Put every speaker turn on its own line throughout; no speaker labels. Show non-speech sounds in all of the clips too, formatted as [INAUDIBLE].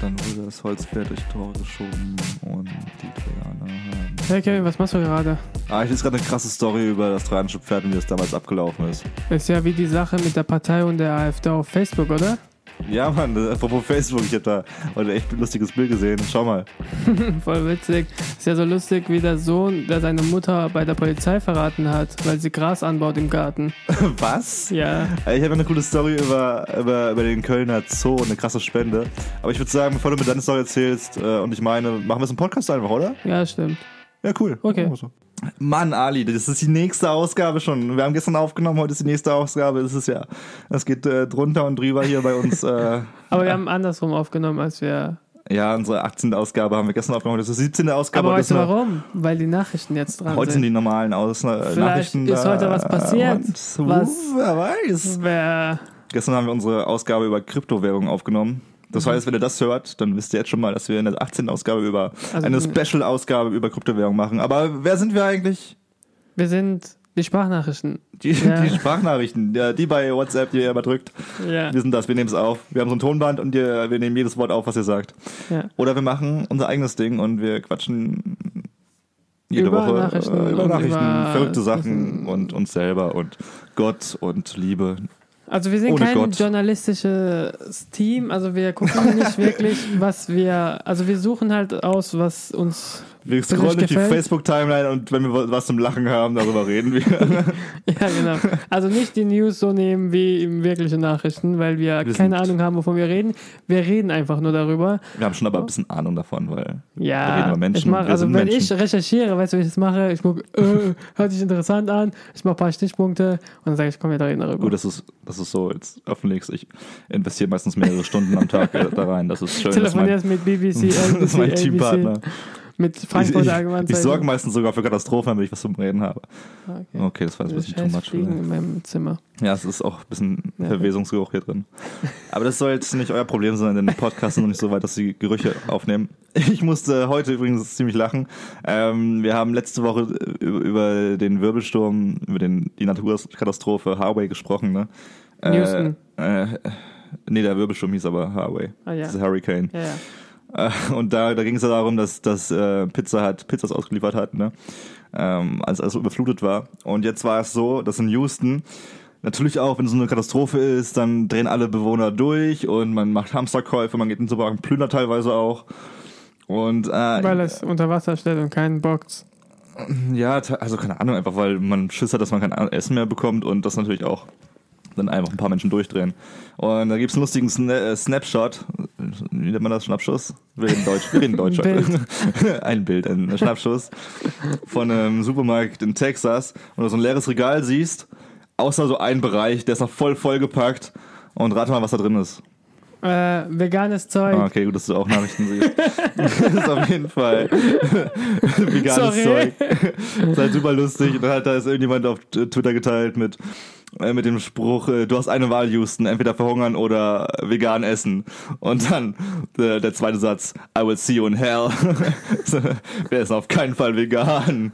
Dann wurde das Holz quer durch die Tore geschoben und die Trojaner haben.
Hey Kevin, was machst du gerade?
Ah, ich lese gerade eine krasse Story über das trojanische Pferd und wie das damals abgelaufen ist.
Ist ja wie die Sache mit der Partei und der AfD auf Facebook, oder?
Ja, Mann, das- apropos Facebook, ich hab da heute echt ein lustiges Bild gesehen. Schau mal.
[LAUGHS]
[LAUGHS]
Voll witzig. Ist ja so lustig wie der Sohn, der seine Mutter bei der Polizei verraten hat, weil sie Gras anbaut im Garten.
Was?
Ja.
Ey, Ich habe eine coole Story über, über, über den Kölner Zoo und eine krasse Spende. Aber ich würde sagen, bevor du mir deine Story erzählst, äh, und ich meine, machen wir es im Podcast einfach, oder?
Ja, stimmt.
Ja, cool.
Okay.
Machen wir so. Mann, Ali, das ist die nächste Ausgabe schon. Wir haben gestern aufgenommen, heute ist die nächste Ausgabe. Es ist ja, es geht äh, drunter und drüber hier bei uns. Äh,
Aber wir haben andersrum aufgenommen, als wir.
ja, unsere 18. Ausgabe haben wir gestern aufgenommen. Das ist die 17. Ausgabe.
Aber
heute
weißt du
ist eine-
warum? Weil die Nachrichten jetzt dran
Heute sind die
sind.
normalen Aus äh,
Vielleicht
Nachrichten.
ist
da.
heute was passiert.
Und-
Was-
Wer weiß.
Wer
Gestern haben wir unsere Ausgabe über Kryptowährungen aufgenommen.
Mhm.
Das heißt, wenn ihr das hört, dann wisst ihr jetzt schon mal, dass wir in der 18. Ausgabe über
Also-
eine Special-Ausgabe über Kryptowährungen machen. Aber wer sind wir eigentlich?
wir sind die Sprachnachrichten.
Die,
Ja.
die Sprachnachrichten, ja, die bei WhatsApp, die ihr immer drückt.
Ja.
Wir sind das, wir nehmen es auf. Wir haben so ein Tonband und ihr, wir nehmen jedes Wort auf, was ihr sagt.
ja.
Oder wir machen unser eigenes Ding und wir quatschen jede
Über
Woche
Nachrichten
äh, über
und
Nachrichten,
über-
verrückte Sachen und uns selber und Gott und Liebe.
Also wir sind
Ohne
kein
Gott.
journalistisches Team, also wir
[LAUGHS]
gucken nicht wirklich, was wir, also wir suchen halt aus, was uns,
Wir
euch
scrollen durch die
gefällt?
Facebook-Timeline und wenn wir was zum Lachen haben, darüber reden wir. [LAUGHS]
[LAUGHS] ja genau, also nicht die News so nehmen wie eben wirkliche Nachrichten, weil wir,
Wir
keine
sind-
Ahnung haben, wovon wir reden. Wir reden einfach nur darüber.
Wir haben schon aber ein bisschen Ahnung davon, weil wir reden
Ja,
über Menschen.
ich mach,
wir
also wenn
sind Menschen.
ich recherchiere, weißt du, wie ich das mache? Ich gucke, äh, hört sich interessant an, ich mache ein paar Stichpunkte und dann sage ich, komm, wir reden darüber.
Gut, das ist, das ist so, jetzt öffentlichst. Ich investiere meistens mehrere Stunden am Tag äh, da rein. Das ist schön. Das ist mein,
Telefonierst mit
[LAUGHS]
BBC,
das ist
NBC,
mein
ABC,
Teampartner.
mit
Ich,
Frankfurt
ich,
Allgemein.
ich sorge meistens sogar für Katastrophen, wenn ich was zum Reden habe.
Okay.
Okay, das war jetzt ein bisschen
Diese
too
scheiß
much.
Fliegen in meinem Zimmer.
Ja, es ist auch ein bisschen
Ja.
Verwesungsgeruch hier drin. Aber das soll jetzt nicht euer Problem sein, denn Podcasts sind noch nicht so weit, dass sie Gerüche aufnehmen. Ich musste heute übrigens ziemlich lachen. Ähm, wir haben letzte Woche äh, über den Wirbelsturm, über den, die Naturkatastrophe Harvey gesprochen. Ne? Äh,
Newton.
Äh, nee, der Wirbelsturm hieß aber Harvey.
Ah, ja.
Das ist Hurricane.
Ja, ja.
Äh, Und da, da ging es ja darum, dass, dass äh, Pizza hat Pizzas ausgeliefert hat, ne? ähm, als alles überflutet war. Und jetzt war es so, dass in Houston natürlich auch, wenn so eine Katastrophe ist, dann drehen alle Bewohner durch und man macht Hamsterkäufe, man geht in den Supermarkt, plündert teilweise auch. Und
Weil
äh,
es unter Wasser steht und keinen bockt.
ja, te- also keine Ahnung, einfach weil man Schiss hat, dass man kein A- Essen mehr bekommt und das natürlich auch dann einfach ein paar Menschen durchdrehen. Und da gibt es einen lustigen Sna äh, Snapshot. Wie nennt man das? Schnappschuss? Wir reden Deutsch. Wir reden Deutsch heute. [LAUGHS] ein Bild, ein Schnappschuss von einem Supermarkt in Texas und du so ein leeres Regal siehst, außer so ein Bereich, der ist noch voll vollgepackt und rate mal, was da drin ist.
Äh, veganes Zeug.
Ah, okay, gut, dass du auch Nachrichten siehst.
[LAUGHS]
das ist auf jeden Fall [LAUGHS] veganes
Sorry.
Zeug. Das ist halt super lustig. Und halt, da ist irgendjemand auf äh, Twitter geteilt mit, äh, mit dem Spruch, äh, du hast eine Wahl, Houston, entweder verhungern oder vegan essen. Und dann äh, der zweite Satz, I will see you in hell. [LAUGHS] Wir essen auf keinen Fall vegan.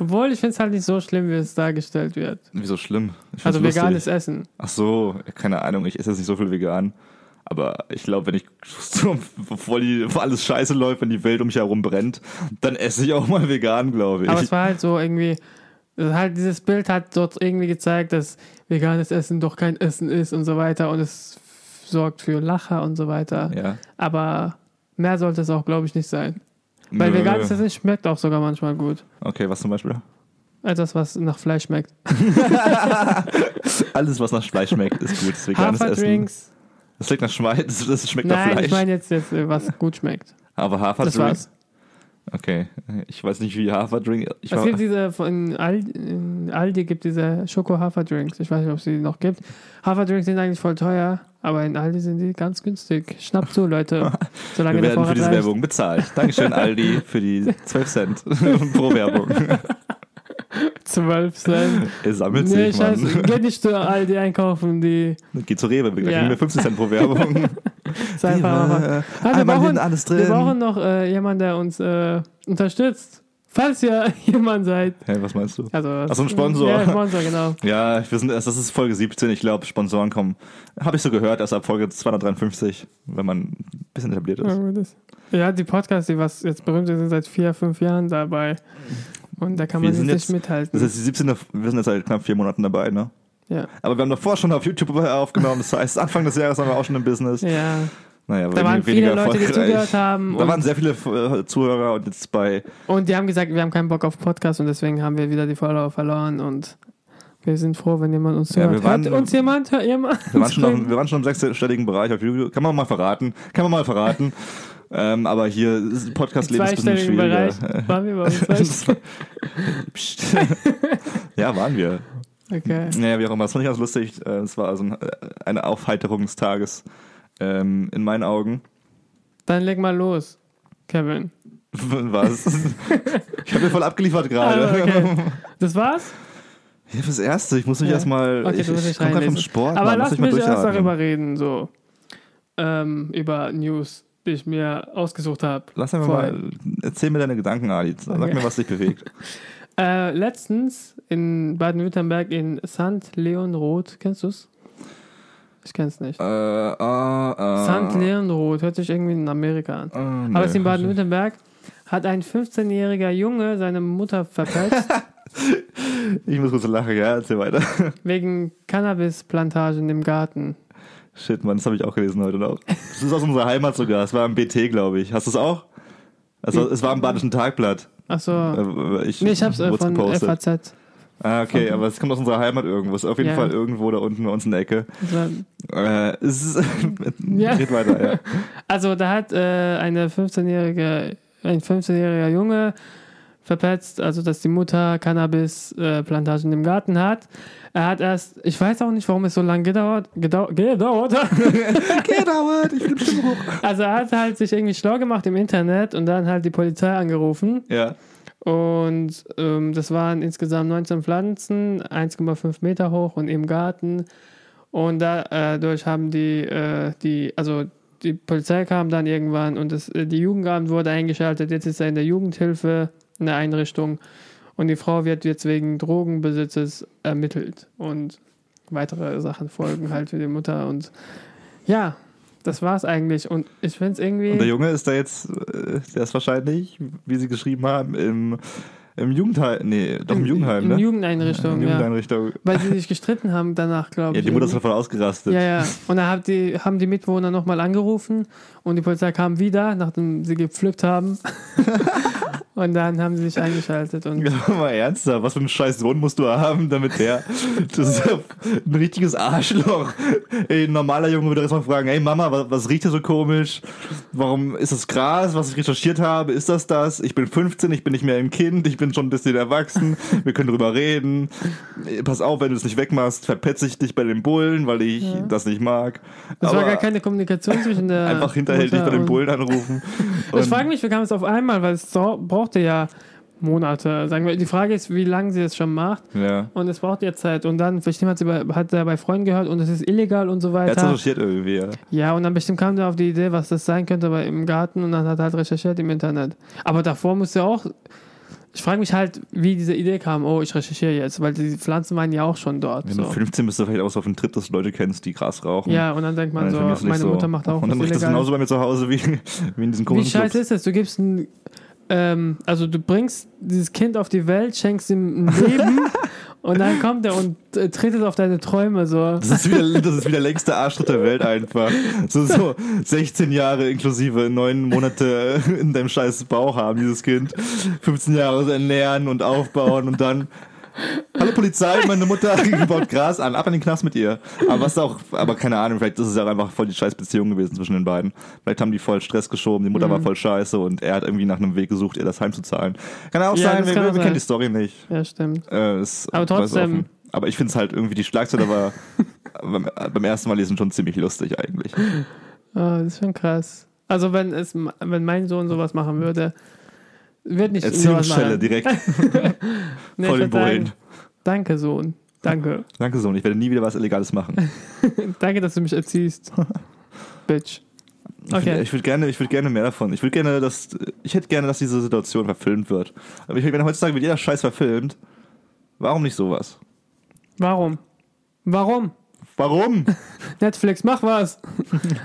Obwohl, ich finde es halt nicht so schlimm, wie es dargestellt wird.
Wieso schlimm? Ich find's
Also veganes
lustig.
Essen.
Ach so, keine Ahnung, ich esse jetzt nicht so viel vegan. Aber ich glaube, wenn ich so, bevor, die, bevor alles scheiße läuft, wenn die Welt um mich herum brennt, dann esse ich auch mal vegan, glaube ich.
Aber es war halt so irgendwie. es ist Halt, dieses Bild hat dort irgendwie gezeigt, dass veganes Essen doch kein Essen ist und so weiter und es f- sorgt für Lacher und so weiter.
ja.
Aber mehr sollte es auch, glaube ich, nicht sein. Weil
Nö.
veganes Essen schmeckt auch sogar manchmal gut.
Okay, was zum Beispiel? [LAUGHS]
Etwas, was nach Fleisch schmeckt.
Alles, was nach Fleisch schmeckt, ist gut. Ist veganes Essen.
Haferdrinks.
Das schmeckt nach Schmeiß, das, das schmeckt nach
Nein,
Fleisch.
ich meine jetzt, jetzt, äh, was gut schmeckt.
aber
Das war's.
Haferdrink. Okay, ich weiß nicht, wie Haferdrink. Ich
Es
war,
gibt diese, von Aldi, in Aldi gibt diese Schoko-Haferdrinks. Ich weiß nicht, ob es die noch gibt. Haferdrinks sind eigentlich voll teuer, aber in Aldi sind die ganz günstig. Schnapp
[LAUGHS]
zu, Leute. Solange
wir
der
werden für
Vorrat
diese
reicht.
Werbung bezahlt. Dankeschön, Aldi, für
[LAUGHS]
die 12 Cent [LAUGHS] pro Werbung. [LAUGHS]
12 Cent.
Es sammelt
Nee,
sich, Mann.
scheiße. Geht nicht zu Aldi einkaufen, die
Geht zu Rewe, wir
Ja.
kriegen wir 15 Cent pro
[LAUGHS]
Werbung.
ist einfach.
Äh,
Ah, wir
einmal
brauchen-
hin, alles drin.
Wir brauchen noch äh, jemanden, der uns äh, unterstützt. Falls ihr [LAUGHS] jemand seid.
Hä, was meinst du?
Also,
Ach so, ein Sponsor.
Ja, Sponsor, genau.
Ja, wir sind, das ist Folge 17. Ich glaube, Sponsoren kommen. Habe ich so gehört, erst ab Folge 253, wenn man ein bisschen etabliert ist.
Ja, das- Ja, die Podcasts, die was jetzt berühmt sind, sind seit vier, fünf Jahren dabei. Und da kann
Wir
man jetzt
sind
nicht
jetzt-
mithalten.
Das ist die 17. Wir sind jetzt seit knapp vier Monaten dabei, ne?
ja.
Aber wir haben davor schon auf YouTube aufgenommen. Das heißt, Anfang des Jahres waren wir auch schon im Business.
ja.
Naja,
Da waren viele Leute, die zugehört haben.
Da
Und,
waren sehr viele äh, Zuhörer und jetzt bei.
und die haben gesagt, wir haben keinen Bock auf Podcasts und deswegen haben wir wieder die Follower verloren. Und wir sind froh, wenn jemand uns
Ja,
hört.
wir waren-
hört uns jemand? Hört jemand?
Wir waren, schon auf, wir waren schon im sechsstelligen Bereich auf YouTube. Kann man mal verraten. Kann man mal verraten.
[LAUGHS]
ähm, aber hier, ist- Podcast-Leben ist ein bisschen
Zweistelligen
schwieriger.
Bereich. Waren wir bei uns?
Das [LAUGHS]
Zweistellig?
war- Psst.
[LAUGHS]
ja, waren wir.
Okay.
Naja, wie auch immer. Das fand ich ganz lustig. Äh, Es war also ein- eine Aufheiterung des Tages. Ähm, in meinen Augen [LAUGHS]
Dann leg mal los, Kevin.
war es. ich habe mir voll
[LAUGHS]
abgeliefert gerade.
Ah, okay. Das war's?
Ja, fürs Erste. Ich muss mich
Ja.
erstmal.
Okay,
ich
du musst
ich
dich
komm grad vom
reinlesen.
Sport.
Aber
Mann, muss
lass
ich mal
mich erst
durchatmen.
darüber reden, so. Ähm, über News, die ich mir ausgesucht habe.
Lass einfach mal. Erzähl mir deine Gedanken, Ali. Sag
Okay.
mir, was dich bewegt.
Äh, letztens in Baden-Württemberg in St. Leonroth, kennst du's? Ich kenn's nicht.
äh, äh, äh,
St. Leonroth hört sich irgendwie in Amerika an.
äh, nö.
Aber es ist ne? in Baden-Württemberg. Hat ein 15-jähriger Junge seine
[LAUGHS]
Mutter verpetzt
Ich muss kurz lachen, ja, erzähl weiter.
wegen Cannabisplantagen im Garten.
[LAUGHS] Shit, Mann, das habe ich auch gelesen heute noch. Das ist aus unserer Heimat sogar. Es war im BT, glaube ich. Hast du es auch? Also, es war im Badischen Tagblatt.
Achso.
Äh, Ich,
Nee, ich hab's äh,
wurde's
von
gepostet.
FAZ.
Ah, okay, aber es kommt aus unserer Heimat irgendwo. Es ist auf jeden
Ja.
Fall irgendwo da unten bei uns in der Ecke.
Das war-
Äh, es ist,
[LAUGHS] Ja.
Geht weiter,
[LAUGHS]
ja.
Also da hat äh, eine 15-jährige, ein 15-jähriger Junge verpetzt, also dass die Mutter Cannabis-Plantagen im Garten hat. Er hat erst, ich weiß auch nicht, warum es so lange gedauert, gedau, gedauert hat. [LAUGHS]
Gedauert, ich bin bestimmt hoch.
Also er hat halt sich irgendwie schlau gemacht im Internet und dann halt die Polizei angerufen.
Ja.
Und ähm, das waren insgesamt 19 Pflanzen, 1,5 Meter hoch und im Garten. Und dadurch haben die, äh, die, also die Polizei kam dann irgendwann und das, äh, die Jugendamt wurde eingeschaltet. Jetzt ist er in der Jugendhilfe, in der Einrichtung. Und die Frau wird jetzt wegen Drogenbesitzes ermittelt. Und weitere Sachen folgen halt für die Mutter. Und ja, das war's eigentlich. Und ich finde es
Und der
irgendwie.
Junge ist da jetzt, äh, der ist wahrscheinlich, wie sie geschrieben haben, im, im Jugendheim, nee, doch im Jugendheim,
in
ne?
Jugendeinrichtung, ja.
Jugendeinrichtung.
Weil sie sich gestritten haben danach, glaube
Ja,
ich.
die Mutter ist davon ausgerastet.
ja, ja. Und dann hat die, haben die Mitbewohner nochmal angerufen und die Polizei kam wieder, nachdem sie
[LAUGHS]
gepflückt haben. und dann haben sie sich eingeschaltet. Und
Ja, [LAUGHS] mal ernsthaft, was für einen scheiß Sohn musst du haben, damit der. Das ist ja ein richtiges Arschloch. Ey, ein normaler Junge würde erstmal fragen: Hey Mama, was, was riecht hier so komisch? Warum ist das Gras, was ich recherchiert habe? Ist das das? Ich bin 15, ich bin nicht mehr ein Kind, ich bin schon ein bisschen erwachsen, wir können drüber reden. Ey, Pass auf, wenn du es nicht wegmachst, verpetze ich dich bei den Bullen, weil ich
Ja.
das nicht mag.
es war
Aber
gar keine Kommunikation zwischen der.
Einfach hinterhältig bei den
und-
Bullen anrufen.
Ich
Und-
frage mich, wie kam es auf einmal, weil es so- brauchte ja Monate. Sagen wir. Die Frage ist, wie lange sie es schon macht.
ja.
Und es braucht ja Zeit. Und dann, bestimmt hat, sie bei, hat er bei Freunden gehört und es ist illegal und so
Er hat
weiter.
es recherchiert irgendwie. Ja.
Ja, und dann bestimmt kam der auf die Idee, was das sein könnte, aber im Garten und dann hat er halt recherchiert im Internet. Aber davor musste er auch. Ich frage mich halt, wie diese Idee kam. Oh, ich recherchiere jetzt, weil die Pflanzen waren ja auch schon dort.
Wenn du
so.
15 bist, du vielleicht auch so auf den Trip, dass du Leute kennst, die Gras rauchen.
Ja, und dann denkt man
Nein,
so,
bei mir ist nicht
meine
so.
Mutter macht auch
Und dann
was
riecht das
Illegales.
genauso bei mir zu Hause wie, [LAUGHS] wie in diesen
Wie
komischen
scheiße
Clubs.
ist das? Du gibst ein. Ähm, also, du bringst dieses Kind auf die Welt, schenkst ihm ein
[LAUGHS]
Leben und dann kommt er und äh, tretet auf deine Träume. So.
Das ist, wieder, das ist wieder der längste Arschtritt der Welt einfach. So, so 16 Jahre inklusive 9 Monate in deinem scheiß Bauch haben, dieses Kind. 15 Jahre ernähren und aufbauen und dann. Hallo Polizei, meine Mutter [LAUGHS] baut Gras an, ab in den Knast mit ihr. Aber was auch, aber keine Ahnung, vielleicht ist es ja auch einfach voll die scheiß Beziehung gewesen zwischen den beiden. Vielleicht haben die voll Stress geschoben, die Mutter
Mhm.
war voll scheiße und er hat irgendwie nach einem Weg gesucht, ihr das heimzuzahlen. Kann auch
Ja,
sein,
das
wir,
kann auch
wir kennen
sein.
die Story nicht.
Ja, stimmt.
Äh, ist
Aber
weiß
trotzdem-
offen. Aber ich finde es halt irgendwie, die Schlagzeile
[LAUGHS]
war beim, beim ersten Mal lesen schon ziemlich lustig eigentlich.
Ah, das ist schon krass. Also wenn es wenn mein Sohn sowas machen würde, wird nicht sowas
Erziehungsstelle
machen.
direkt
[LAUGHS] Nee,
vor
ich
den
würd sagen,
Bullen.
Danke, Sohn. Danke.
Danke Sohn, ich werde nie wieder was Illegales machen.
Danke, dass du mich erziehst. Bitch.
Ich
Okay.
würd- Ich würde gerne, ich würd gerne mehr davon. Ich würde gerne, dass ich hätte gerne, dass diese Situation verfilmt wird. Aber ich meine, heutzutage wird jeder Scheiß verfilmt. Warum nicht sowas?
Warum? Warum? [LAUGHS]
Warum?
Netflix, mach was!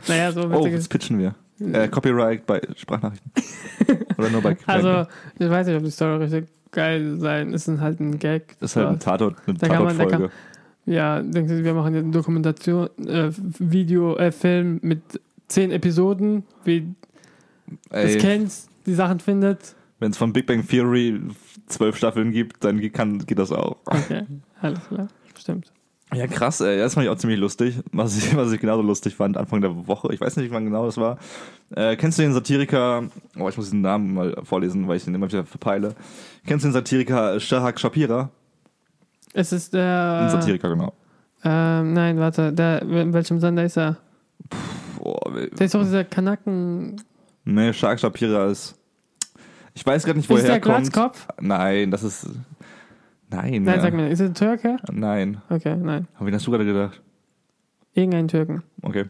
naja, so
Oh,
witziges.
jetzt pitchen wir. Äh, Copyright bei
[LAUGHS]
Sprachnachrichten. Oder nur bei
also, ich weiß nicht, ob die Story richtig geil sein ist. Ist halt ein Gag.
Das ist halt ein Tatort, eine
Da kann man- da
Tatortfolge.
Ja, denkst du, wir machen jetzt ein Dokumentation, äh, Video, äh, Film mit zehn Episoden, wie es
Ey,
kennt, die Sachen findet.
Wenn es von Big Bang Theory zwölf Staffeln gibt, dann ge- kann, geht das auch.
Okay, alles klar. Stimmt.
Ja, krass, ey. Das fand ich auch ziemlich lustig. Was ich, [LAUGHS] was ich genauso lustig fand, Anfang der Woche, ich weiß nicht, wann genau das war. Äh, kennst du den Satiriker, oh, ich muss den Namen mal vorlesen, weil ich den immer wieder verpeile. Kennst du den Satiriker äh, Shahak Shapira?
Es ist
Ein
der.
Satiriker, genau.
Ähm, nein, warte, der, in welchem Sender ist er?
Boah, we-
Der ist doch dieser Kanaken.
nee, Shahak Shapira ist. Ich weiß gerade nicht,
Ist
woher
der
er kommt.
Glatzkopf?
Nein, das ist. Nein,
Nein,
ja.
sag mir nicht. Ist er ein Türke?
Nein.
Okay, nein.
An wen hast du gerade gedacht?
Irgendein Türken.
Okay.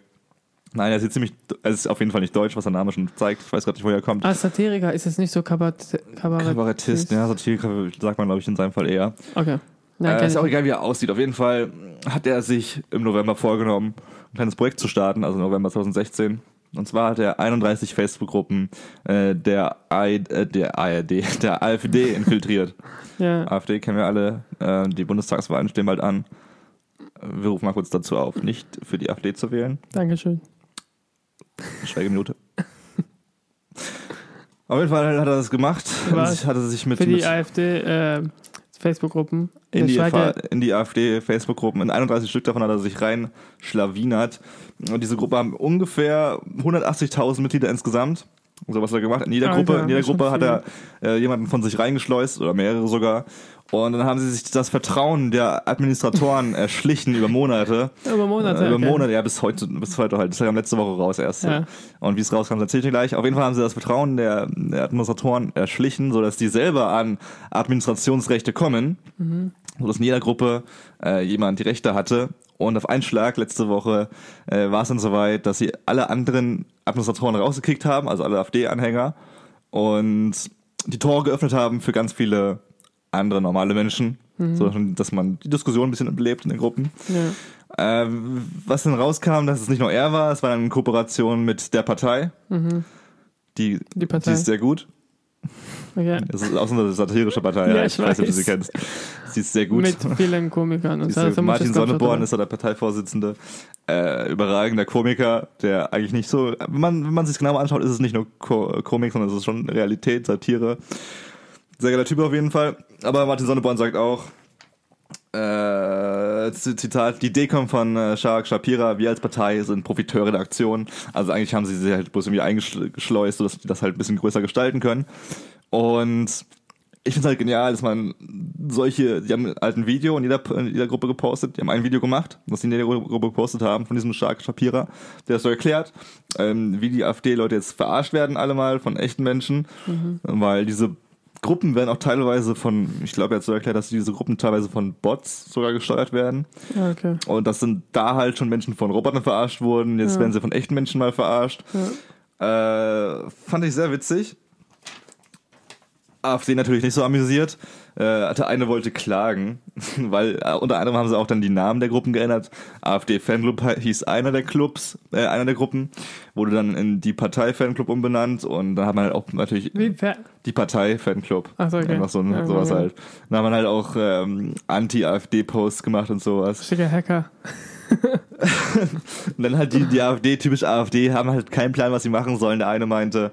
Nein, er ist ziemlich. Er ist auf jeden Fall nicht deutsch, was der Name schon zeigt. Ich weiß gerade nicht, woher er kommt.
Ah, Satiriker ist es nicht so Kabarett. Kabarett.
Kabarettist, ja, Satiriker sagt man, glaube ich, in seinem Fall eher.
Okay. Nein,
Äh,
kenn
ist auch
ich.
egal, wie er aussieht. Auf jeden Fall hat er sich im November vorgenommen, ein kleines Projekt zu starten, also November 2016. Und zwar hat er 31 Facebook-Gruppen äh, der, I, äh, der ARD, [LAUGHS] der AfD infiltriert.
ja.
AfD kennen wir alle, äh, die Bundestagswahlen stehen bald an. Wir rufen mal kurz dazu auf, nicht für die AfD zu wählen.
Dankeschön.
Schweigeminute. Auf jeden Fall hat er das gemacht.
Was?
Hat er sich mit,
Für die
mit
AfD, äh, Facebook-Gruppen.
in
Der
die,
Schweige-
Fa- in die AfD-Facebook-Gruppen. In 31 Stück davon hat er sich rein schlawinert. Und diese Gruppe haben ungefähr 180.000 Mitglieder insgesamt. So was hat er gemacht. In jeder
Alter,
Gruppe, in jeder
das ist
Gruppe
schon
hat er äh, jemanden von sich reingeschleust oder mehrere sogar. Und dann haben sie sich das Vertrauen der Administratoren [LAUGHS] erschlichen über Monate.
Über Monate.
Äh, über
okay.
Monate, ja, bis heute, bis heute halt. Das kam letzte Woche raus erst.
Ja.
Und wie es rauskam, das erzähle ich dir gleich. Auf jeden Fall haben sie das Vertrauen der, der Administratoren erschlichen, sodass die selber an Administrationsrechte kommen. Sodass in jeder Gruppe äh, jemand die Rechte hatte. Und auf einen Schlag letzte Woche äh, war es dann soweit, dass sie alle anderen Administratoren rausgekickt haben, also alle AfD-Anhänger. Und die Tore geöffnet haben für ganz viele andere normale Menschen. So, dass man die Diskussion ein bisschen belebt in den Gruppen.
Ja.
Äh, was dann rauskam, dass es nicht nur er war, es war dann in Kooperation mit der Partei. Die,
Mhm. Die Partei.
die ist sehr gut.
Okay.
Das ist auch so eine satirische Partei.
Ja,
ja,
ich
ich weiß nicht, ob du
weiß.
sie kennst. Sie ist sehr gut.
Mit vielen Komikern. Und Also
Sie ist sehr-
Sarah
Martin
Samuelsson kommt
Sonneborn
schon
ist da der Parteivorsitzende. Äh, überragender Komiker, der eigentlich nicht so. Wenn man, wenn man sich genau anschaut, ist es nicht nur Ko Komik, sondern es ist schon Realität, Satire. Sehr geiler Typ auf jeden Fall. Aber Martin Sonneborn sagt auch, äh, Z- Zitat, die Dekom von äh, Shark Shapira, wir als Partei sind Profiteure der Aktion. Also eigentlich haben sie sie halt bloß irgendwie eingeschleust, sodass die das halt ein bisschen größer gestalten können. Und ich finde es halt genial, dass man solche, die haben halt ein Video in jeder, in jeder Gruppe gepostet, die haben ein Video gemacht, was die in jeder Gruppe gepostet haben, von diesem Shark Shapira, der das so erklärt, ähm, wie die AfD-Leute jetzt verarscht werden, allemal von echten Menschen, weil diese Gruppen werden auch teilweise von, ich glaube, er hat so erklärt, dass diese Gruppen teilweise von Bots sogar gesteuert werden.
wieder. Ja, okay.
Und das sind da halt schon Menschen von Robotern verarscht wurden. Jetzt
Ja.
werden sie von echten Menschen mal verarscht. Äh, fand ich sehr witzig. AfD natürlich nicht so amüsiert. Äh, der eine wollte klagen, [LAUGHS] weil äh, unter anderem haben sie auch dann die Namen der Gruppen geändert. AfD Fanclub he- hieß einer der Clubs, äh, einer der Gruppen, wurde dann in die Partei Fanclub umbenannt und dann hat man halt auch natürlich
Wie per
die Partei Fanclub.
Ach so, okay.
Einfach so, ein-
Ja,
sowas
ja.
halt. Dann haben wir halt auch ähm, Anti-AfD-Posts gemacht und sowas.
schicker Hacker.
Und dann halt die, die AfD, typisch AfD, haben halt keinen Plan, was sie machen sollen. Der eine meinte,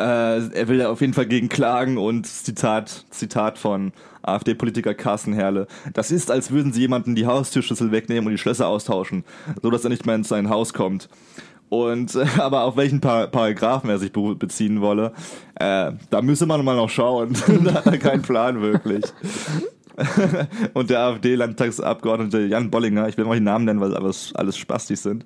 äh, er will ja auf jeden Fall gegen klagen und Zitat, Zitat von AfD-Politiker Carsten Herle. Das ist, als würden sie jemanden die Haustürschlüssel wegnehmen und die Schlösser austauschen, sodass er nicht mehr in sein Haus kommt. Und [LAUGHS] äh, aber auf welchen pa Paragraphen er sich beru- beziehen wolle, äh, da müsse man mal noch schauen. [LAUGHS] da hat er keinen Plan wirklich. Und der AfD-Landtagsabgeordnete Jan Bollinger, ich will mal die Namen nennen, weil alles, alles spastisch sind,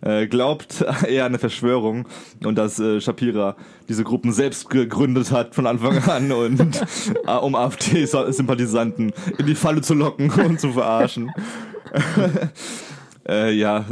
äh, glaubt [LAUGHS] eher an eine Verschwörung und dass äh, Shapira diese Gruppen selbst gegründet hat von Anfang [LAUGHS] an und äh, um AfD-Sympathisanten in [LAUGHS] die Falle zu locken und zu verarschen. äh, ja,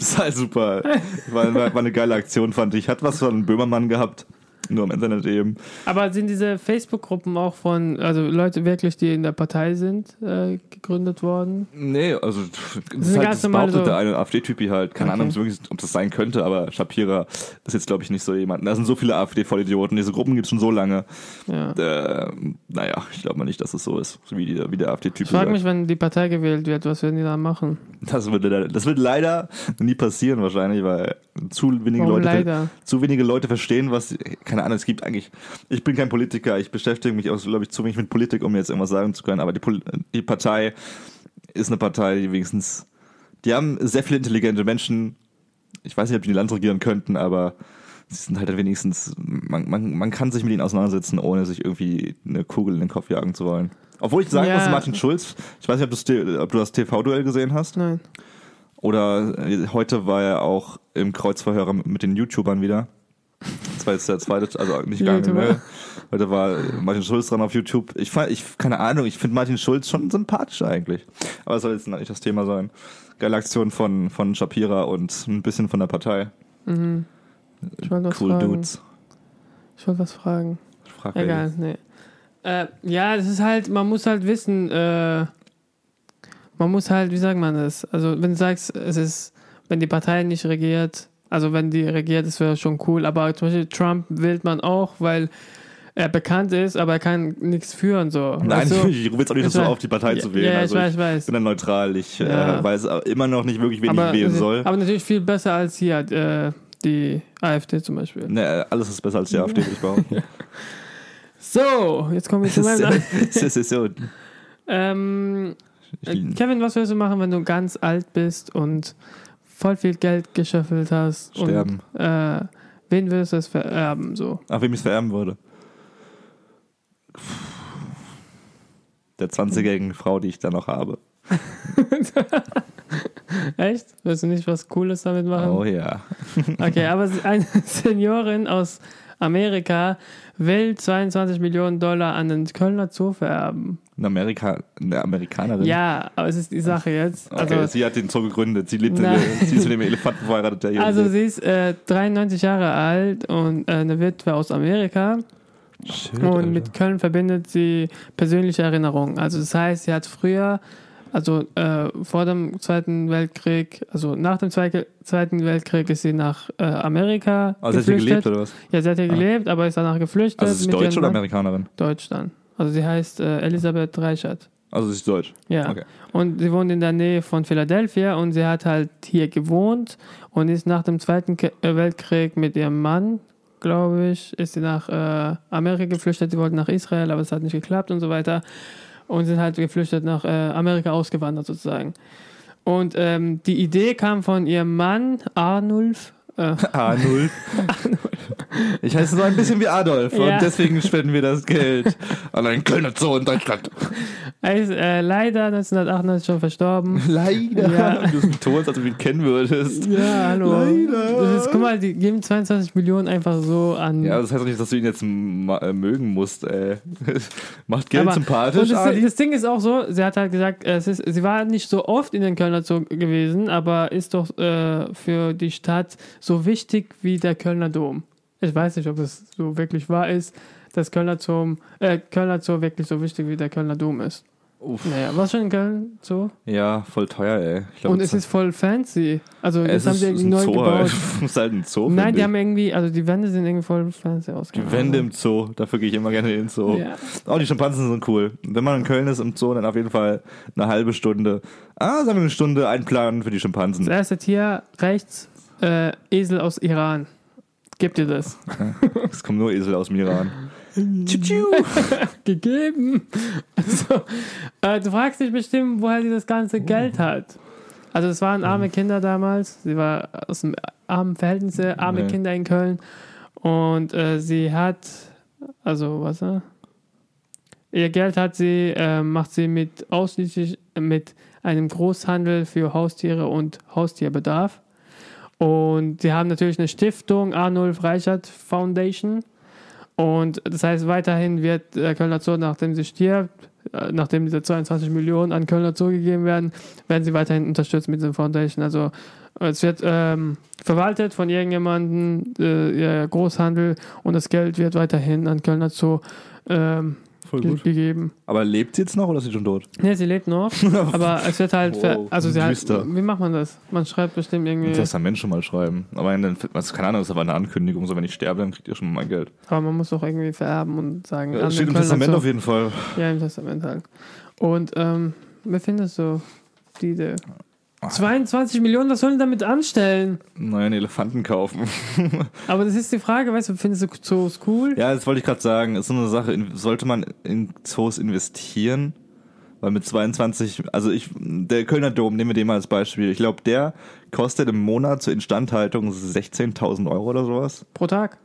ist halt super. War, war, war eine geile Aktion, fand ich. Hat was von Böhmermann gehabt. Nur im Internet eben.
Aber sind diese Facebook-Gruppen auch von, also Leute wirklich, die in der Partei sind, äh, gegründet worden?
Nee, also pff, das
sind
ist halt,
ganz
das
normal
behauptet
so-
der eine AfD-Typi halt. Keine
Okay.
Ahnung, ob's wirklich- ob das sein könnte, aber Shapira ist jetzt, glaube ich, nicht so jemand. Da sind so viele AfD-Vollidioten. Diese Gruppen gibt es schon so lange.
Ja.
Äh, naja, ich glaube mal nicht, dass es so ist, wie, die, wie der AfD-Typ.
Ich frage
sagt.
mich, wenn die Partei gewählt wird, was werden die dann machen?
Das wird, leider, das wird leider nie passieren wahrscheinlich, weil zu wenige,
Warum
Leute,
leider?
zu wenige Leute verstehen, was, keine Ahnung, es gibt eigentlich, ich bin kein Politiker, ich beschäftige mich auch, glaube ich, zu wenig mit Politik, um jetzt irgendwas sagen zu können, aber die, Pol- die Partei ist eine Partei, die wenigstens, die haben sehr viele intelligente Menschen, ich weiß nicht, ob die ein Land regieren könnten, aber sie sind halt wenigstens, man, man, man kann sich mit ihnen auseinandersetzen, ohne sich irgendwie eine Kugel in den Kopf jagen zu wollen. Obwohl ich sagen
Ja.
muss, Martin Schulz, ich weiß nicht, ob, du's dir- ob du das TV-Duell gesehen hast.
Nein.
Oder äh, heute war er auch im Kreuzverhör mit den YouTubern wieder. Das war jetzt der zweite, also nicht gar nicht
YouTuber.
mehr. Heute war Martin Schulz dran auf YouTube. Ich, fa- ich keine Ahnung, ich finde Martin Schulz schon sympathisch eigentlich. Aber es soll jetzt nicht das Thema sein. Geile Aktion von, von Shapira und ein bisschen von der Partei.
Mhm. Ich wollte was
cool
fragen.
Dudes.
Ich wollte was fragen.
Frag
Egal, nee. Äh, ja, das ist halt, man muss halt wissen, äh, man muss halt, wie sagt man das? Also, wenn du sagst, es ist, wenn die Partei nicht regiert, also wenn die regiert, das wäre schon cool, aber zum Beispiel Trump wählt man auch, weil er bekannt ist, aber er kann nichts führen, so.
Nein, [LAUGHS]
Weißt du?
ich rufe jetzt auch nicht dazu
weiß-
auf, die Partei zu wählen.
Ja,
also
ich
ich,
weiß, ich weiß.
bin dann neutral. Ich äh,
Ja.
weiß aber immer noch nicht wirklich, wen ich wählen soll.
aber natürlich viel besser als hier, äh, die AfD zum Beispiel.
Ne, alles ist besser als die AfD, würde ich
[LAUGHS]
behaupten.
So, jetzt kommen wir zu meinem.
[LAUGHS] Es ist so.
ähm,
Ich,
Äh, Kevin, was würdest du machen, wenn du ganz alt bist und voll viel Geld geschöffelt hast?
Sterben.
Und, äh, wen würdest du das vererben? So?
Ach, wem ich es vererben würde. Der 20-jährigen Frau, die ich da noch habe.
Echt? Willst du nicht was Cooles damit
Oh
machen?
ja. [LAUGHS]
Okay, aber eine Seniorin aus Amerika will 22 Millionen Dollar an den Kölner Zoo vererben.
Eine, Amerika eine Amerikanerin.
Ja, aber es ist die Sache jetzt.
Also Okay,
Also,
sie hat den Zoo gegründet. Sie, lebt in
Nein.
der, sie ist mit dem Elefanten verheiratet, der hier
also
lebt.
sie ist äh, 93 Jahre alt und äh, eine Witwe aus Amerika.
Shit, Alter.
Und mit Köln verbindet sie persönliche Erinnerungen. Also das heißt, sie hat früher, also äh, vor dem Zweiten Weltkrieg, also nach dem Zweig- Zweiten Weltkrieg ist sie nach äh, Amerika
also hat sie
geflüchtet.
gelebt oder was?
ja, sie hat hier gelebt, aber ist danach geflüchtet.
Also sie ist
mit
Deutsch
ihrem
oder
Mann.
Amerikanerin?
Deutsch dann. Also sie heißt äh, Elisabeth Reichert.
Also sie ist
[LAUGHS]
Deutsch. [LAUGHS]
Ja.
Okay.
Und sie wohnt in der Nähe von Philadelphia und sie hat halt hier gewohnt und ist nach dem Zweiten Ke- äh, Weltkrieg mit ihrem Mann, glaube ich, ist sie nach äh, Amerika geflüchtet. Sie wollten nach Israel, aber es hat nicht geklappt und so weiter. Und sind halt geflüchtet nach äh, Amerika ausgewandert sozusagen. Und ähm, die Idee kam von ihrem Mann, Arnulf. Äh,
Arnulf. Ich heiße so ein bisschen wie Adolf
Ja.
und deswegen spenden wir das Geld an einen Kölner Zoo in
[LAUGHS]
Deutschland.
er ist äh, leider 1998 schon verstorben.
Leider.
Ja.
Du betonst, als ob du ihn kennen würdest.
[LAUGHS] Ja, hallo.
Leider.
Das ist, guck mal, die geben 22 Millionen einfach so an.
Ja, das heißt doch nicht, dass du ihn jetzt ma- äh, mögen musst, ey. [LAUGHS] Macht Geld
Aber-
sympathisch,
Und das,
Ali.
das Ding ist auch so, sie hat halt gesagt, es ist, sie war nicht so oft in den Kölner Zoo gewesen, aber ist doch äh, für die Stadt so wichtig wie der Kölner Dom. Ich weiß nicht, ob es so wirklich wahr ist, dass Kölner Zoo, äh, Kölner Zoo wirklich so wichtig wie der Kölner Dom ist.
Uff.
Naja, war schon in Köln Zoo?
Ja, voll teuer, ey. Ich glaub,
Und es
es
ist voll fancy. Also,
es
das haben
ist,
sie
ist
irgendwie
ein
neu
Zoo,
gebaut.
halt. [LAUGHS] Es ist halt ein Zoo.
Nein,
find
die
ich.
haben irgendwie, also die Wände sind irgendwie voll fancy ausgegangen.
die Wände im Zoo, da gucke ich immer gerne in den Zoo.
Ja.
Oh, die Schimpansen sind cool. Wenn man in Köln ist im Zoo, dann auf jeden Fall eine halbe Stunde. Ah, sagen wir eine Stunde einplanen für die Schimpansen.
Das erste Tier rechts, äh, Esel aus Iran. Gib dir das.
Es kommen nur Esel aus dem Iran. Tschu-tschu.
Gegeben. Also, äh, du fragst dich bestimmt, woher sie das ganze Geld hat. Also es waren arme Kinder damals. Sie war aus dem armen Verhältnisse, arme
Nee.
Kinder in Köln. Und äh, sie hat, also was, äh? ihr Geld hat sie, äh, macht sie mit ausschließlich mit einem Großhandel für Haustiere und Haustierbedarf. Und sie haben natürlich eine Stiftung, Arnulf Reichert Foundation. Und das heißt, weiterhin wird äh, Kölner Zoo, nachdem sie stirbt, äh, nachdem diese 22 Millionen an Köln dazugegeben werden, werden sie weiterhin unterstützt mit dieser Foundation. Also es wird ähm, verwaltet von irgendjemandem, äh, ihr Großhandel, und das Geld wird weiterhin an Köln dazu ähm,
Voll
ge
gut.
gegeben.
Aber lebt sie jetzt noch oder ist sie schon tot? [LAUGHS]
Ne, sie lebt noch, aber es wird halt, ver
Wow,
also sie halt,
düster.
wie macht man das? Man schreibt bestimmt irgendwie,
Ein Testament schon mal schreiben. Aber in den, also keine Ahnung, das ist aber eine Ankündigung. So, wenn ich sterbe, dann kriegt ihr schon mal mein Geld.
aber man muss doch irgendwie vererben und sagen, an
Das steht
den
im
Kölner
Testament
zu-
auf jeden Fall.
Ja, im Testament halt. Und ähm, wer findest du diese?
Ah.
22 Millionen, was sollen die damit anstellen?
Neuen Elefanten kaufen. [LAUGHS]
Aber das ist die Frage, weißt du, findest du Zoos cool?
Ja, das wollte ich gerade sagen. Ist so eine Sache, in- sollte man in Zoos investieren? Weil mit 22, also ich, der Kölner Dom, nehmen wir den mal als Beispiel. Ich glaube, der kostet im Monat zur Instandhaltung 16.000 Euro oder sowas.
Pro Tag?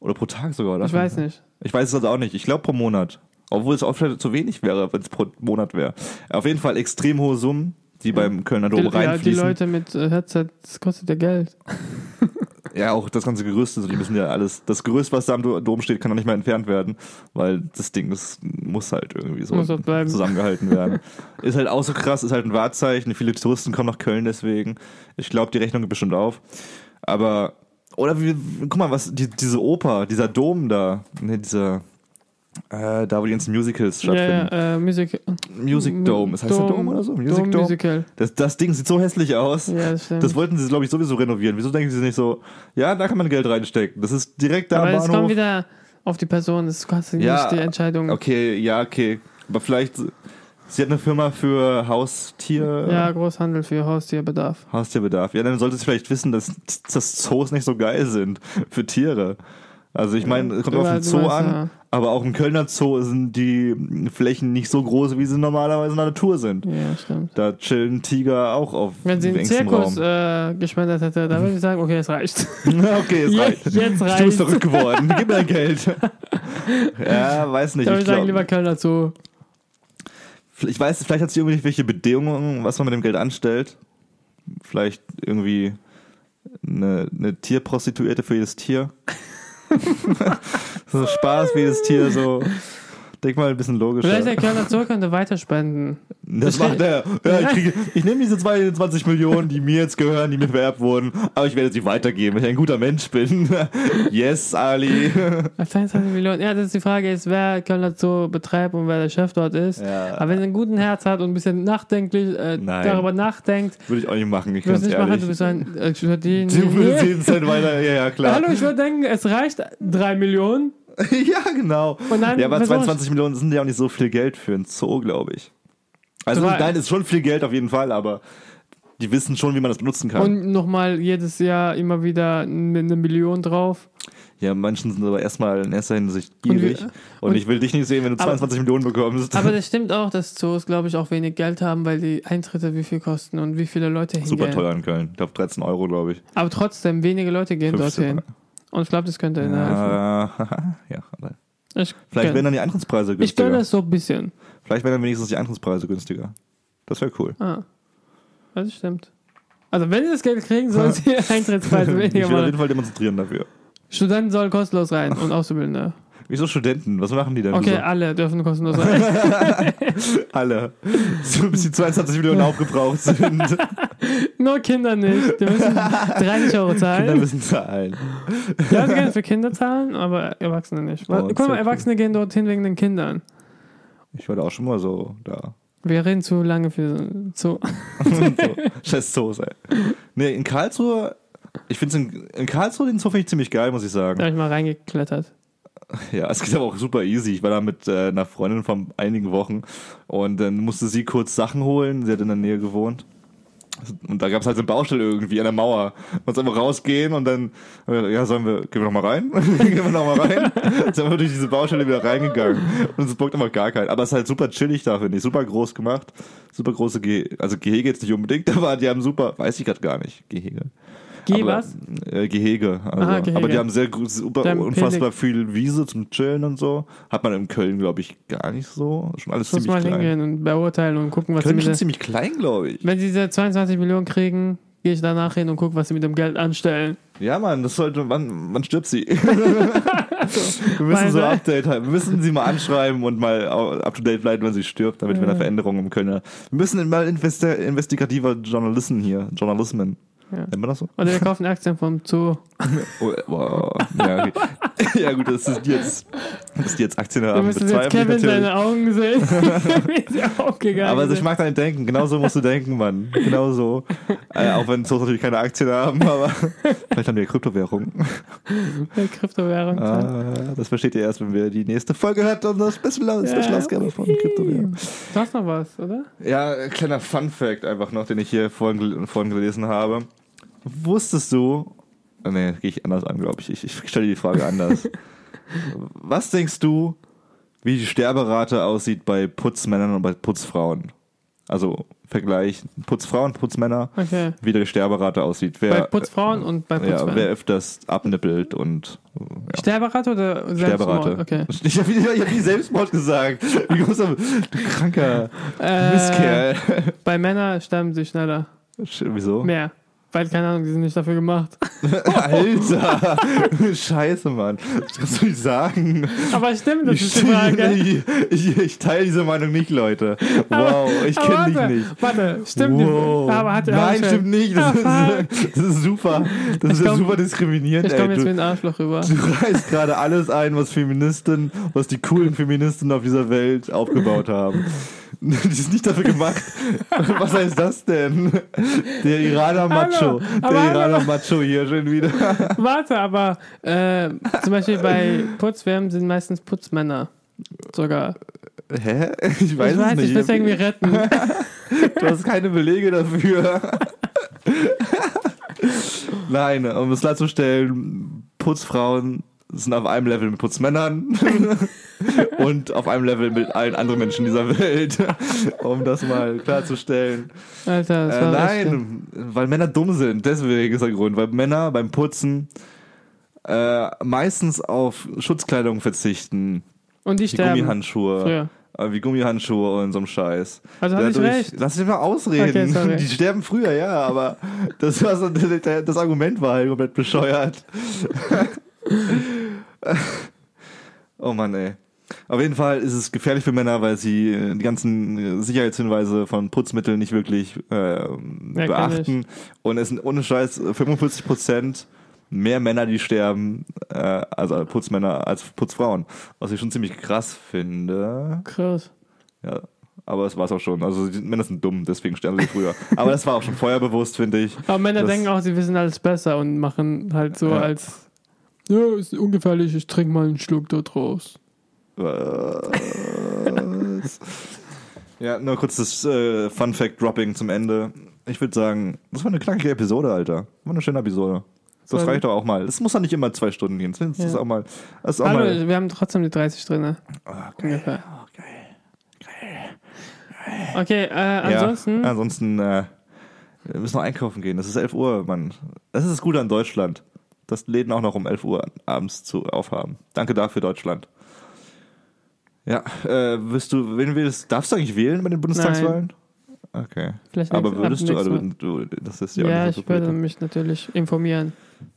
Oder pro Tag sogar, oder?
Ich weiß nicht.
Ich weiß es also auch nicht. Ich glaube pro Monat. Obwohl es oft vielleicht zu wenig wäre, wenn es pro Monat wäre. Auf jeden Fall extrem hohe Summen, die beim Kölner Dom
Die, ja, die
reinfließen.
Leute mit äh, Headset, das kostet ja Geld.
Ja, auch das ganze Gerüst, also die müssen ja alles, das Gerüst, was da am Do- Dom steht, kann doch nicht mehr entfernt werden, weil das Ding, das muss halt irgendwie so
Muss dort bleiben.
zusammengehalten
[LAUGHS]
werden. ist halt auch so krass, ist halt ein Wahrzeichen, viele Touristen kommen nach Köln deswegen. Ich glaube, die Rechnung geht bestimmt auf. Aber, oder wie, guck mal, was, die, diese Oper, dieser Dom da, ne, dieser, äh, da wo die ganzen Musicals
Ja,
stattfinden.
ja, äh, Music,
Music Dome, ist heißt der Dome oder so? Music Dome?
Musical.
Das, das Ding sieht so hässlich aus.
Ja, das stimmt.
Das wollten sie, glaube ich, sowieso renovieren. Wieso denken sie nicht so, ja, da kann man Geld reinstecken. Das ist direkt da
Aber es
am
kommt
Bahnhof.
wieder auf die Person, das kannst du
Ja,
nicht die Entscheidung.
Okay, ja, okay. Aber vielleicht, sie hat eine Firma für Haustier,
Ja, Großhandel für Haustierbedarf.
Haustierbedarf. Ja, dann sollte sie vielleicht wissen, dass, dass Zoos nicht so geil sind für Tiere. Also ich meine, es kommt auf
Ja,
den
du
Zoo
meinst,
an,
ja.
aber auch im Kölner Zoo sind die Flächen nicht so groß, wie sie normalerweise in der Natur sind.
Ja, stimmt.
Da chillen Tiger auch auf
Wenn sie einen
engstem
Zirkus
Raum.
äh, gespendet hätte, dann würde ich sagen, okay, es reicht.
okay, es
Je-
reicht.
jetzt
Du
reicht's.
bist verrückt geworden. Gib mir dein
[LAUGHS]
Geld. ja, weiß nicht.
[LAUGHS] Dann würde
Ich,
ich sagen, lieber
glaub,
Kölner Zoo.
ich weiß, vielleicht hat sie irgendwelche Bedingungen, was man mit dem Geld anstellt. Vielleicht irgendwie eine, eine Tierprostituierte für jedes Tier. so Spaß für jedes Tier, so. Denk mal ein bisschen logischer.
Vielleicht der Kölner Zoo könnte weiterspenden.
Das macht
[LAUGHS]
er. Ja, ich kriege- ich nehme diese 22 Millionen, die mir jetzt gehören, die mir vererbt wurden, aber ich werde sie weitergeben, weil ich ein guter Mensch bin. [LAUGHS] Yes, Ali.
22 Millionen. Ja, das ist die Frage ist, wer Kölner Zoo betreibt und wer der Chef dort ist.
Ja.
Aber wenn er einen guten Herz hat und ein bisschen nachdenklich äh,
Nein.
darüber nachdenkt,
Würde ich auch nicht machen, ich
du wirst
ganz
nicht machen, du
ehrlich.
bist ein äh, ich verdiene-
Du
Nee.
würdest jeden Cent weiter, ja, ja, klar.
Hallo, ich würde denken, es reicht 3 Millionen.
[LAUGHS] ja, genau.
Und dann
ja, aber
versuch-
22 Millionen sind ja auch nicht so viel Geld für ein Zoo, glaube ich. Also,
Drei.
nein, ist schon viel Geld auf jeden Fall, aber die wissen schon, wie man das benutzen kann.
Und nochmal jedes Jahr immer wieder eine Million drauf.
ja, manchen sind aber erstmal in erster Hinsicht
Und
gierig. Und,
wir- und-
ich will dich nicht sehen, wenn du
Aber-
22 Millionen bekommst.
Aber das stimmt auch, dass Zoos, glaube ich, auch wenig Geld haben, weil die Eintritte wie viel kosten und wie viele Leute
[LAUGHS]
hingehen.
Super teuer in Köln. Ich glaube 13 Euro, glaube ich.
Aber trotzdem, wenige Leute gehen
15
dorthin. Und ich glaube, das könnte ihnen helfen.
Ja, Äh, [LAUGHS] ja, aber
Ich,
vielleicht werden
gönn-
dann die Eintrittspreise
ich gönne
günstiger.
das so ein bisschen.
vielleicht werden dann wenigstens die Eintrittspreise günstiger. Das wäre cool.
Ah, Ja, das stimmt. Also wenn sie das Geld
[LAUGHS]
kriegen, sollen sie Eintrittspreise
ich will
weniger
auf jeden
machen.
Fall demonstrieren dafür.
Studenten sollen kostenlos rein und Auszubildende.
Wieso Studenten? Was machen die denn?
Okay,
Wieso?
alle dürfen
[LAUGHS]
kostenlos rein.
Alle. So, bis die 22 Millionen aufgebraucht sind.
Nur Kinder nicht.
[LAUGHS]
Die müssen 30 Euro
Kinder
zahlen.
müssen zahlen.
Ja, sie können für Kinder zahlen, aber Erwachsene nicht.
Oh,
Guck mal,
sehr
Erwachsene gehen dorthin wegen den Kindern.
Ich war da auch schon mal so da. [LAUGHS]
Wir reden zu lange für so.
so. Scheiß Zoos, ey. Nee, in Karlsruhe. Ich finde in, in Karlsruhe den Zoo finde ich ziemlich geil, muss ich
[LAUGHS] Da
sagen.
habe ich mal reingeklettert.
[LAUGHS] Ja, es geht aber auch super easy. Ich war da mit äh, einer Freundin von einigen Wochen und dann musste sie kurz Sachen holen. Sie hat in der Nähe gewohnt. Und da gab es halt so eine Baustelle irgendwie an der Mauer. Musst einfach rausgehen und dann, äh, ja, sollen wir, gehen wir nochmal rein? [LAUGHS] gehen wir nochmal rein? Dann sind wir durch diese Baustelle wieder reingegangen. Und es bockt einfach gar keinen. Aber es ist halt super chillig da, finde ich. Super groß gemacht. Super große Gehege, also Gehege jetzt nicht unbedingt, [LAUGHS] aber die haben super, weiß ich gerade gar nicht, Gehege.
Geh
Aber,
was?
Äh, Gehege, also.
Ah, Gehege.
Aber die haben sehr gru- super,
Die haben
unfassbar viel Wiese zum Chillen und so. Hat man in Köln, glaube ich, gar nicht so. Schon alles
Ich muss
ziemlich
mal
klein.
hingehen und beurteilen und gucken, was sie
Köln
mit
ist schon
der,
ziemlich klein, glaube ich.
Wenn sie diese 22 Millionen kriegen, gehe ich danach hin und gucke, was sie mit dem Geld anstellen.
Ja, Mann, das sollte. Wann, wann stirbt
[LAUGHS]
sie? [LAUGHS] wir müssen so ein Update haben. Wir müssen sie mal anschreiben und mal up to date bleiben, wenn sie stirbt, damit wir eine Veränderung um können. Wir müssen mal investi investigativer Journalisten hier, Journalismen.
Ja.
Nennt man das so?
Oder wir kaufen Aktien vom Zoo.
Oh, wow. ja, okay. [LAUGHS] ja, gut, das ist die jetzt, dass die jetzt Aktien
Wir
haben.
müssen jetzt
bezweifle ich
Kevin
natürlich.
seine Augen sehen,
[LAUGHS]
wie sie aufgegangen
Aber also
sind.
ich mag dein Denken, genau so musst du denken, Mann. Genau so. Äh, auch wenn Zoos natürlich keine Aktien haben, aber [LAUGHS] vielleicht haben die ja
[LAUGHS]
Kryptowährung.
Der Kryptowährung.
Ah, das versteht ihr erst, wenn wir die nächste Folge hört und das Special
Ja.
Special Ausgabe von Kryptowährung.
Du hast noch was, oder?
Ja, äh, kleiner Fun Fact einfach noch, den ich hier vorhin, gel- vorhin gelesen habe. Wusstest du, äh, nee, gehe ich anders an, glaube ich. ich. Ich stelle die Frage
[LAUGHS]
anders. Was denkst du, wie die Sterberate aussieht bei Putzmännern und bei Putzfrauen? Also Vergleich Putzfrauen, Putzmänner,
Okay.
wie die Sterberate aussieht. Wer,
Bei Putzfrauen und bei
äh, ja, wer
Putzmännern.
öfters abnippelt und äh, ja.
Sterberate oder Selbstmord?
Sterberate.
Okay.
[LAUGHS] Ich habe ich hab nie Selbstmord gesagt. Wie kommst du, du kranker [LAUGHS]
Äh.
Mistkerl.
Bei Männern sterben sie schneller.
Wieso?
Mehr. Weil, keine Ahnung, die sind nicht dafür gemacht. [LAUGHS]
Alter! [LAUGHS] Scheiße, Mann. Das kannst du nicht sagen.
Aber stimmt, das
Ich, [LAUGHS]
ist die Frage.
ich, ich, ich teile diese Meinung nicht, Leute. Wow, ich
Aber
kenne dich
warte,
nicht.
Warte, stimmt.
wow.
Nicht. Aber hat er
Nein, stimmt nicht. Das,
Ah,
[LAUGHS] ist, das ist super. Das ist
komm-
super diskriminierend,
Ich komme
ey.
jetzt mit
Du,
dem Arschloch rüber.
du reißt gerade alles ein, was Feministen, was die coolen Feministen auf dieser Welt aufgebaut haben. Die ist nicht dafür gemacht. Was heißt das denn? Der Iraner Macho.
Hallo,
Der
aber hallo.
Iraner Macho hier schon wieder.
Warte, aber äh, zum Beispiel bei Putzwärmen sind meistens Putzmänner. Sogar.
Hä? [LAUGHS] Ich weiß,
ich weiß,
es nicht.
ich will es
[LAUGHS]
irgendwie retten.
Du hast keine Belege dafür.
[LAUGHS]
Nein, um es klarzustellen, Putzfrauen sind auf einem Level mit
[LAUGHS]
Putzmännern und auf einem Level mit allen anderen Menschen dieser Welt. Um das mal klarzustellen.
Alter, das
Äh,
war echt schlimm.
nein, weil Männer dumm sind. Deswegen ist der Grund. Weil Männer beim Putzen äh, meistens auf Schutzkleidung verzichten.
Und die
Die
sterben.
Gummihandschuhe.
Früher.
Äh, Wie Gummihandschuhe und so einem Scheiß.
Also hab ich
Dadurch-
recht?
Lass mich mal ausreden.
Okay, sorry.
die sterben früher, ja, aber das, war so, das Argument war halt komplett bescheuert. [LAUGHS] oh Mann, ey. Auf jeden Fall ist es gefährlich für Männer, weil sie äh, die ganzen äh, Sicherheitshinweise von Putzmitteln nicht wirklich ähm,
Ja, kenn ich.
beachten. Und es sind ohne Scheiß 45 Prozent mehr Männer, die sterben, äh, also Putzmänner als Putzfrauen. Was ich schon ziemlich krass finde.
Krass.
Ja, aber es war's auch schon. Also die Männer sind dumm, deswegen sterben sie früher. aber das war auch schon vorher bewusst, finde ich.
Aber Männer
Das-
denken auch, sie wissen alles besser und machen halt so
Ja.
als. Ja, ist ungefährlich, ich trinke mal einen Schluck da draus.
Was? ja, nur kurz das äh, Fun Fact Dropping zum Ende. Ich würde sagen, das war eine knackige Episode, Alter. War eine schöne Episode. Das
Sorry.
reicht doch auch mal. Das muss doch nicht immer zwei Stunden gehen. Das ist
Ja.
auch mal. Das ist auch
Hallo,
mal. Oh,
wir haben trotzdem die 30 drin. ne?
Okay.
Ungefähr. Okay, äh, ansonsten.
Ja, ansonsten äh, wir müssen noch einkaufen gehen. Es ist 11 Uhr, Mann. Das ist das Gute an Deutschland, dass Läden auch noch um 11 Uhr abends zu aufhaben. Danke dafür, Deutschland. Ja, äh, wirst du, wen willst, darfst du eigentlich wählen bei den Bundestagswahlen? Okay.
Vielleicht
Aber
nächstes-
würdest
ab
du,
nächstes
also,
Mal.
du, das ist ja, auch
Ja,
nicht so
ich werde
blöd.
mich natürlich informieren.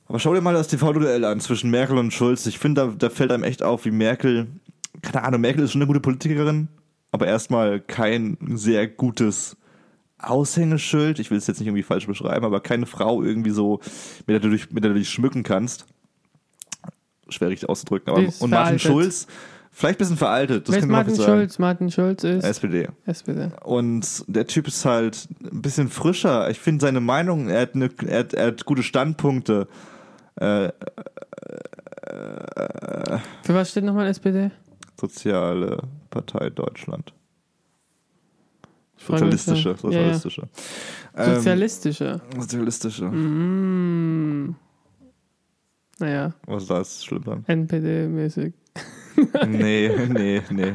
Aber schau dir mal das TV-Duell an zwischen Merkel und Schulz. Ich finde, da, da fällt einem echt auf, wie Merkel, keine Ahnung, Merkel ist schon eine gute Politikerin, aber erstmal kein sehr gutes Aushängeschild. Ich will es jetzt nicht irgendwie falsch beschreiben, aber keine Frau irgendwie so, mit der du dich, mit der du dich schmücken kannst. Schwer richtig auszudrücken. Aber,
Die
und
ist
Martin
veraltet.
Schulz, vielleicht ein bisschen veraltet, das
Wer ist
kann man
Martin
auch sagen.
Schulz? Martin Schulz ist
SPD.
SPD.
Und der Typ ist halt ein bisschen frischer. Ich finde seine Meinung, er hat, eine, er hat, er hat gute Standpunkte.
Für was steht nochmal SPD?
Soziale Partei Deutschland.
frage mich
Sozialistische.
schon. Ja, ja. Hm.
Sozialistische.
Sozialistische.
Ähm, sozialistische.
Mm. Naja,
Was da ist schlimm dran?
NPD-mäßig.
nee, nee, nee.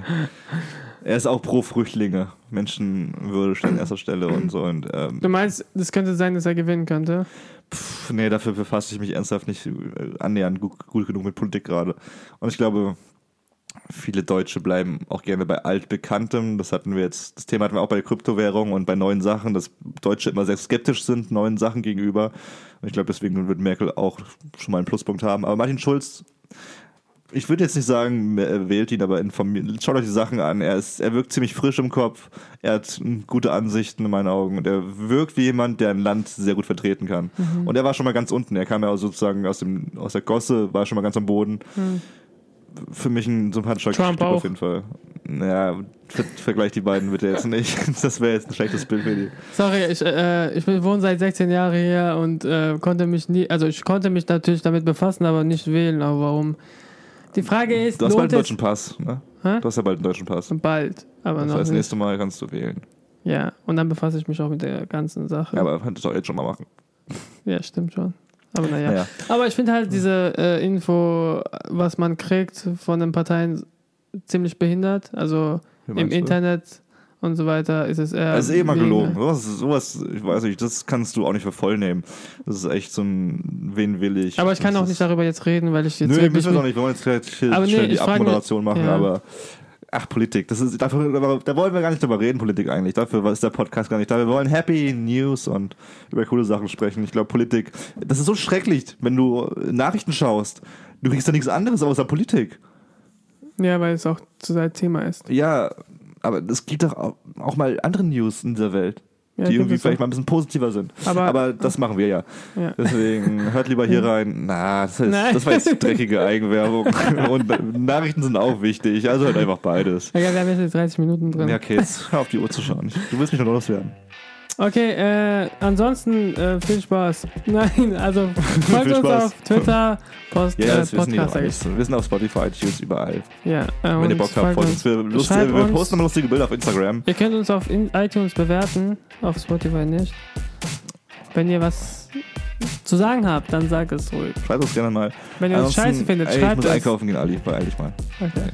Er ist auch pro Flüchtlinge. Menschenwürde steht an erster Stelle und so. Und, ähm,
Du meinst, das könnte sein, dass er gewinnen könnte?
pff, nee, dafür befasse ich mich ernsthaft nicht äh, annähernd gut, gut genug mit Politik gerade. Und ich glaube, viele Deutsche bleiben auch gerne bei altbekanntem. Das hatten wir jetzt, das Thema hatten wir auch bei der Kryptowährung und bei neuen Sachen, dass Deutsche immer sehr skeptisch sind neuen Sachen gegenüber. Und ich glaube, deswegen wird Merkel auch schon mal einen Pluspunkt haben. Aber Martin Schulz, ich würde jetzt nicht sagen, äh, wählt ihn, aber informiert, schaut euch die Sachen an. Er, ist, er wirkt ziemlich frisch im Kopf, er hat gute Ansichten in meinen Augen und er wirkt wie jemand, der ein Land sehr gut vertreten kann. Mhm. Und er war schon mal ganz unten, er kam ja sozusagen aus, dem, aus der Gosse, war schon mal ganz am Boden. Mhm für mich ein sympathischer
Trump
auf jeden Fall. Ja, ver vergleich die beiden bitte jetzt nicht. [LAUGHS] Das wäre jetzt ein schlechtes Bild für die.
Sorry, ich, äh, ich wohne seit 16 Jahren hier und äh, konnte mich nie, also ich konnte mich natürlich damit befassen, aber nicht wählen. Aber warum? Die Frage ist,
Du hast bald einen
lohnt
deutschen Pass, ne?
Hä?
Du hast ja bald einen deutschen Pass.
es bald, aber
Das
noch
heißt, das
nicht.
nächste Mal kannst du wählen.
Ja, und dann befasse ich mich auch mit der ganzen Sache.
Ja, aber kannst du auch jetzt schon mal machen.
Ja, stimmt schon. Aber naja.
Naja.
Aber ich finde halt diese äh, Info, was man kriegt von den Parteien, ziemlich behindert. Also
Wie
im
meinst du?
Internet und so weiter ist es eher.
Das ist eh immer
weniger.
gelogen. Sowas, sowas, ich weiß nicht, das kannst du auch nicht für voll nehmen. Das ist echt so ein, wen will ich.
Aber ich kann
Das
auch
ist-
nicht darüber jetzt reden, weil ich jetzt. halt
Nö,
wirklich
müssen wir doch nicht. Wir wollen jetzt gleich hier
Aber nee,
schnell die
ich frag mich-
Abmoderation machen,
ja.
aber. Ach, Politik, das ist, dafür, da, da wollen wir gar nicht drüber reden, Politik eigentlich. Dafür ist der Podcast gar nicht da. Wir wollen Happy News und über coole Sachen sprechen. Ich glaube, Politik, das ist so schrecklich, wenn du Nachrichten schaust. Du kriegst ja nichts anderes außer Politik.
Ja, weil es auch zu sein Thema ist.
Ja, aber es gibt doch auch, auch mal andere News in dieser Welt,
Ja,
die
gibt
irgendwie
es auch.
vielleicht mal ein bisschen positiver sind.
Aber-
Aber, das machen wir ja.
Ja.
Deswegen hört lieber
[LAUGHS]
hier rein. Na, das, ist,
Nein.
das war jetzt dreckige Eigenwerbung. [LAUGHS] Und Nachrichten sind auch wichtig. Also hört einfach beides.
Egal, wir haben jetzt 30 Minuten drin.
Ja, Kids, hör auf die Uhr zu schauen. Ich- Du willst mich noch loswerden.
Okay, äh, ansonsten äh, viel Spaß. [LAUGHS] Nein, also
[LAUGHS]
folgt
Viel
uns
Spaß.
auf Twitter, Post,
Ja, das
äh,
wissen die doch
Podcast. sag ich.
alles. Wir sind auf Spotify, iTunes, überall.
Ja, äh,
Wenn ihr
und
Bock habt,
folgt
folgt
uns.
uns. Wir, lust,
Schreibt
äh, wir
uns.
posten immer lustige Bilder auf Instagram.
Ihr könnt uns auf in- iTunes bewerten, auf Spotify nicht. Wenn ihr was zu sagen habt, dann sagt es ruhig.
Schreibt uns gerne mal.
Wenn ihr uns
Ansonsten,
scheiße findet,
ey, Ich
schreibt
muss
es.
einkaufen gehen, Ali. Beeil dich mal.
Okay.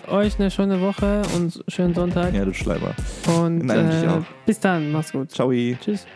Äh, euch eine schöne Woche und schönen Sonntag.
Ja, du Schleimer.
Und
Nein, dich
äh,
auch.
bis dann, macht's gut.
Ciao.
Tschüss.